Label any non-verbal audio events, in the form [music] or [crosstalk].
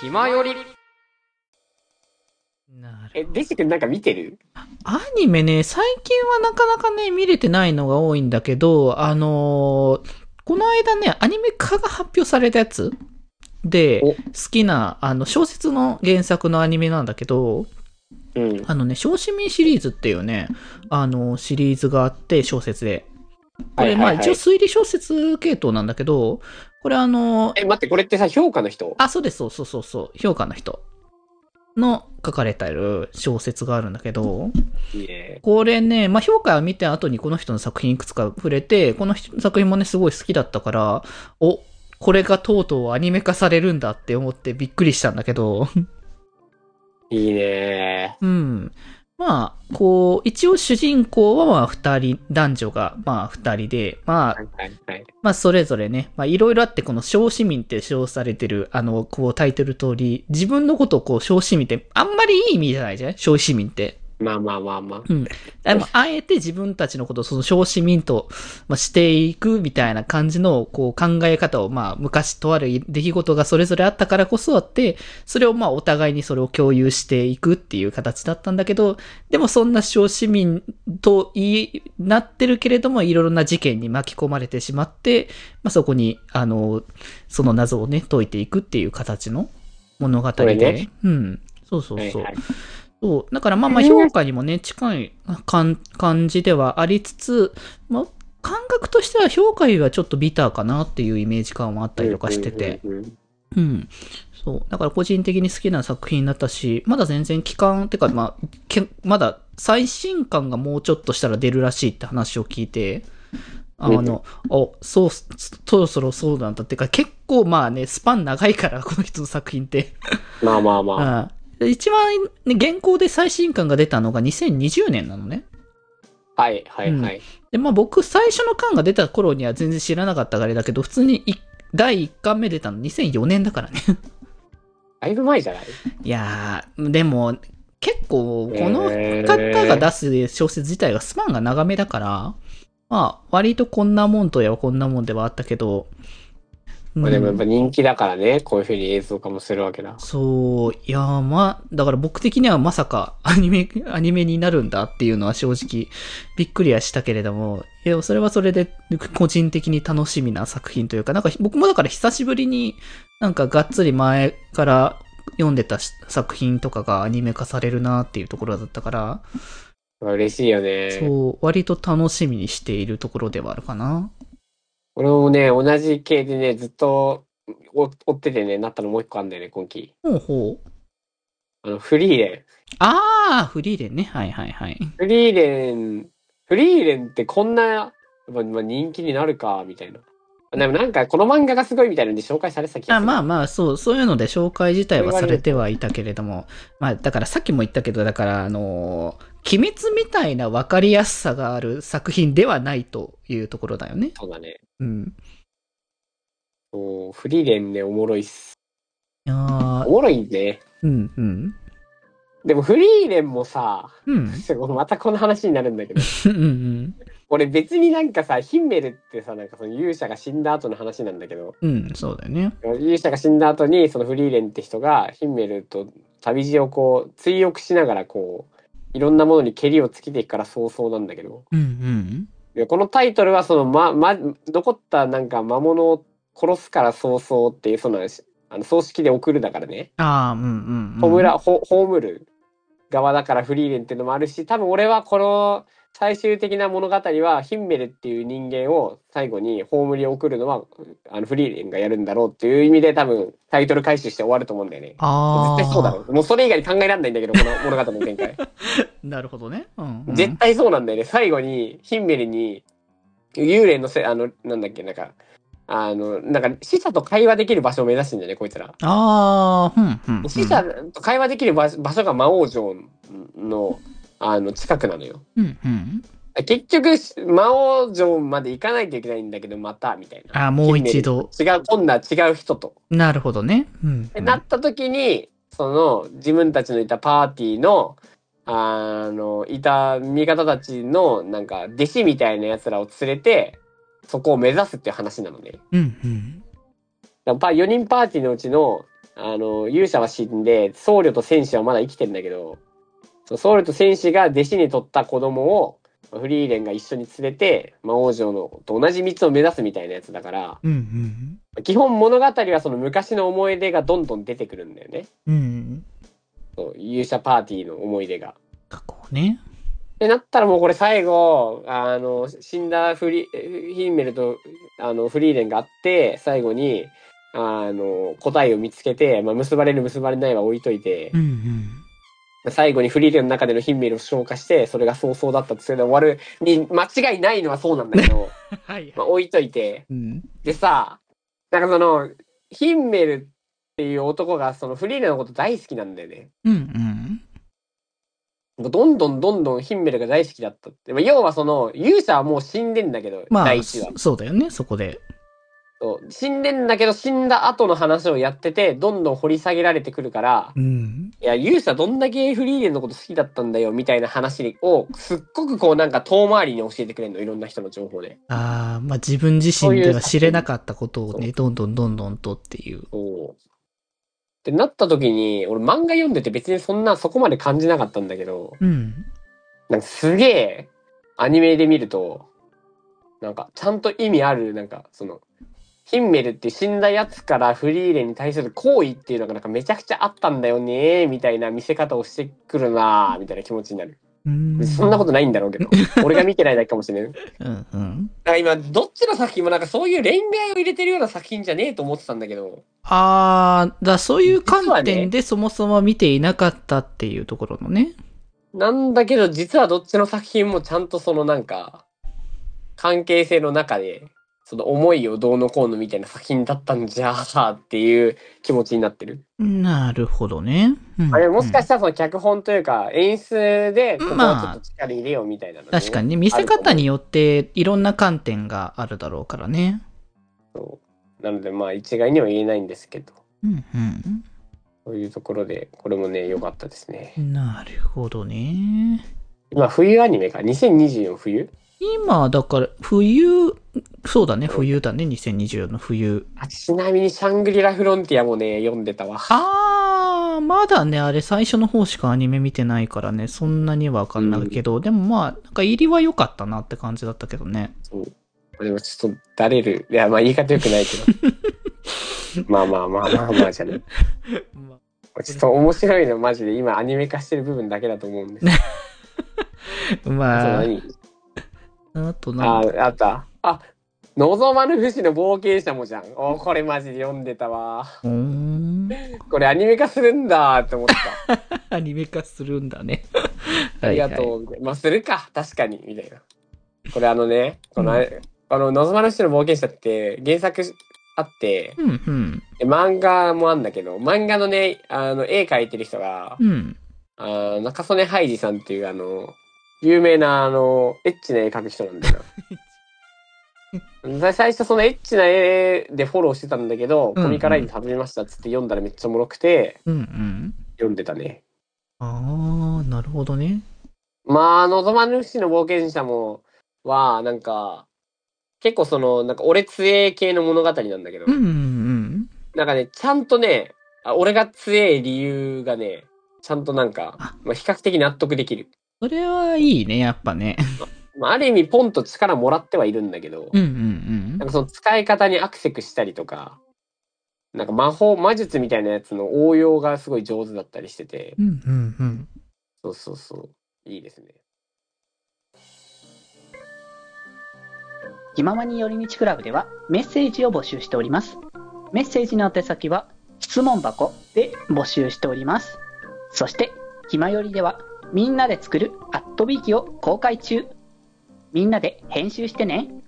暇より。なるえ、デシ君なんか見てるアニメね、最近はなかなかね、見れてないのが多いんだけど、あのーこの間ね、アニメ化が発表されたやつで、お好きな、あの、小説の原作のアニメなんだけど、うん。あのね、小市民シリーズっていうね、あの、シリーズがあって、小説で。これ、まあはいはいはい一応推理小説系統なんだけど、これあの、え、待って、これってさ、評価の人あ、そうです、そうそうそうそう、評価の人の書かれてる小説があるんだけど、いいね。これね、まあ、評価を見て後にこの人の作品いくつか触れて、この人作品もね、すごい好きだったから、お、これがとうとうアニメ化されるんだって思ってびっくりしたんだけど、 [laughs] いいね。うん。まあ、こう、一応主人公はまあ二人、男女がまあ二人で、まはあいはいはい。まあ、それぞれね、まあ、いろいろあって、この小市民って称されてる、あの、こう、タイトル通り、自分のことをこう、小市民って、あんまりいい意味じゃないじゃん小市民って。まあまあまあまあ。でも、あえて自分たちのことを、その小市民と、まあ、していくみたいな感じの、こう、考え方を、まあ、昔とある出来事がそれぞれあったからこそあって、それをまあ、お互いにそれを共有していくっていう形だったんだけど、でも、そんな小市民とい、なってるけれども、いろいろな事件に巻き込まれてしまって、まあ、そこに、あの、その謎をね、解いていくっていう形の物語これで。ねうん。そうそうそう。はいはいそう。だからまあまあえー評価にもね、近い感感じではありつつ、まあ、感覚としては評価よりはちょっとビターかなっていうイメージ感はあったりとかしてて。うんうんうんうんうん。そう。だから個人的に好きな作品だったし、まだ全然期間、てかまあ、けまだ最新刊がもうちょっとしたら出るらしいって話を聞いて、あうんの、お、そう、そそろそろそうなんだってか、結構まあね、スパン長いから、この人の作品って。まあまあまあ。ああ一番、ね、現行で最新刊が出たのが2020年なのね。はいはいはい。で、まあ僕、最初の巻が出た頃には全然知らなかったからあれだけど、普通にい第1巻目出たの2004年だからね。だいぶ前じゃないいやー、でも、結構、このへー方が出す小説自体がスパンが長めだから、まあ、割とこんなもんといえばこんなもんではあったけど、うんまあでもやっぱ人気だからね、こういうふうに映像化もするわけだ。そう、いやー、まあ、だから僕的にはまさか [laughs] アニメ、アニメになるんだっていうのは正直びっくりはしたけれども、いや、それはそれで個人的に楽しみな作品というか、なんか僕もだから久しぶりになんかがっつり前から読んでたし作品とかがアニメ化されるなっていうところだったから、嬉しいよね。そう、割と楽しみにしているところではあるかな。俺もね、同じ系でね、ずっと追追っててね、なったのもう一個あんだよね、今期。ほうほう。あの、フリーレン。あー、フリーレンね。はいはいはい。フリーレン、フリーレンってこんな、やっぱまあ人気になるか、みたいな。でもなんかこの漫画がすごいみたいなんで紹介されてた気があする。まあまあ、そう、そういうので紹介自体はされてはいたけれども、まあ、だからさっきも言ったけど、だから、あのー鬼滅みたいな分かりやすさがある作品ではないというところだよね。そうだね。うん。そうフリーレンね、おもろいっす。いやおーもろいね。うん、うん。でもフリーレンもさ、うん。すごいまたこの話になるんだけど。うんうん。俺別になんかさ、ヒンメルってさ、なんかその勇者が死んだ後の話なんだけど、うん、そうだよね。勇者が死んだ後にそのフリーレンって人がヒンメルと旅路をこう、追憶しながらこう、いろんなものにケリをつけていくから早々なんだけど、うん、でこのタイトルはその、ま、ま、残ったなんか魔物を殺すから早々っていう、その、あの葬式で送るだからね。うん。ああ、うん、うんうん。葬ら、ほ葬る側だからフリーレンっていうのもあるし、多分俺はこの最終的な物語は、ヒンメルっていう人間を最後に葬りを送るのは、あのフリーレンがやるんだろうっていう意味で多分タイトル回収して終わると思うんだよね。ああ。絶対そうだろう。もうそれ以外に考えられないんだけど、この物語の展開。なるほどね。うん、うん。絶対そうなんだよね。最後に、ヒンメルに、幽霊のせ、あの、なんだっけ、なんか、あの、なんか、死者と会話できる場所を目指してんだよね、こいつら。ああ、うん、うんうん。死者と会話できる場所場所が魔王城の、あの、近くなのよ。うん、うん。結局、魔王城まで行かないといけないんだけど、また、みたいな。あーもう一度ヒンメル違う、今度は違う人と。なるほどね。うん、でうん。なった時に、その、自分たちのいたパーティーの、あの、いた味方たちの、なんか、弟子みたいな奴らを連れて、そこを目指すっていう話なのね。うん、うん。だから4人パーティーのうちの、あの、勇者は死んで、僧侶と戦士はまだ生きてんだけど、そう僧侶と戦士が弟子に取った子供を、まあフリーレンが一緒に連れて、魔王城のと同じ道を目指すみたいなやつだから、うん基本物語はその昔の思い出がどんどん出てくるんだよね。うん。うん。そう勇者パーティーの思い出が。過去ね。でなったらもうこれ最後、あの、死んだフリ、ヒンメルと、あの、フリーレンがあって、最後に、あの、答えを見つけて、まあ、結ばれる結ばれないは置いといて、うんうん。最後にフリーレンの中でのヒンメルを消化して、それが早々だったとそれで終わるに間違いないのはそうなんだけ [laughs] ど、はいまあ、置いといて、うん。でさ、なんかその、ヒンメルっていう男がそのフリーレンのこと大好きなんだよね。うんうん。どんどんどんどんヒンメルが大好きだったって。まあ、要はその、勇者はもう死んでんだけど、まあ第一話そ。そうだよね、そこで。そう死んでんだけど、死んだ後の話をやってて、どんどん掘り下げられてくるから、うん。いや、勇者どんだけフリーレンのこと好きだったんだよ、みたいな話を、すっごくこうなんか遠回りに教えてくれるの、いろんな人の情報で。ああ、まあ自分自身では知れなかったことをそういね、どんどんどんどんとっていう。そう。ってなった時に、俺漫画読んでて別にそんなそこまで感じなかったんだけど、うん。なんかすげえ、アニメで見ると、なんか、ちゃんと意味ある、なんか、その、ヒンメルって死んだやつからフリーレンに対する行為っていうのがなんかめちゃくちゃあったんだよね、みたいな見せ方をしてくるなぁみたいな気持ちになる。うん。そんなことないんだろう [laughs] けど、俺が見てないだけかもしれん。だかうんうん。ら今、どっちの作品もなんかそういう恋愛を入れてるような作品じゃねえと思ってたんだけど、ああ、だそういう観実は点ねでそもそも見ていなかったっていうところのね。なんだけど実はどっちの作品もちゃんとそのなんか関係性の中でその思いをどうのこうのみたいな作品だったんじゃあっていう気持ちになってる。なるほどね。うんあれもしかしたらその脚本というか演出でここをちょまあっと力入れようみたいなのね、確かにね、見せ方によっていろんな観点があるだろうからね。そうなのでまあ一概には言えないんですけどうんうん。そういうところでこれもね良かったですね。なるほどね。今冬アニメか2024冬今、だから、冬、そうだね、冬だね、2024の冬。あちなみにシャングリラフロンティアもね読んでたわ。あー、まだね、あれ最初の方しかアニメ見てないからね、そんなにはわかんないけど、でもまあ、なんか入りは良かったなって感じだったけどね。でもちょっとだれる。いや、まあ言い方良くないけ [laughs] ど。まあまあまあまあまあじゃね。ちょっと面白いのマジで今アニメ化してる部分だけだと思うんです。まああ、あとなあんか、あった。あ望まぬ不死の冒険者もじゃん。おこれマジで読んでたわ。うーん、これアニメ化するんだって思った。アニメ化するんだね。 [laughs] ありがとう。う。みたいなまあするか。確かに。みたいな。これあのね、この、あの、望まぬ不死の冒険者って原作あって、うん、うん、で漫画もあんだけど、漫画のね、あの、絵描いてる人が、うん。あー中曽根ハイジさんっていうあの、有名なあの、エッチな絵描く人なん [laughs] だよな。さ最初そのエッチな絵でフォローしてたんだけど、うんうんコミカライン食べましたっつって読んだらめっちゃおもろくて、うん、うん。読んでたね。あー、なるほどね。まあ、望まぬ不死の冒険者も、は、なんか、結構その、なんか俺杖系の物語なんだけどう、ん、うん、なんかね、ちゃんとね、あ俺が杖理由がね、ちゃんとなんか、まあ、比較的納得できる。それはいいね、やっぱね。まあ、ある意味ポンと力もらってはいるんだけど、うんうんなんかその使い方にアクセクしたりとか、なんか魔法、魔術みたいなやつの応用がすごい上手だったりしててう、ん。うんうんうん。そうそうそう、いいですね。気ままに寄り道クラブではメッセージを募集しております。メッセージの宛先は質問箱で募集しております。そして、ひまよりではみんなで作るアットビーキを公開中。みんなで編集してね。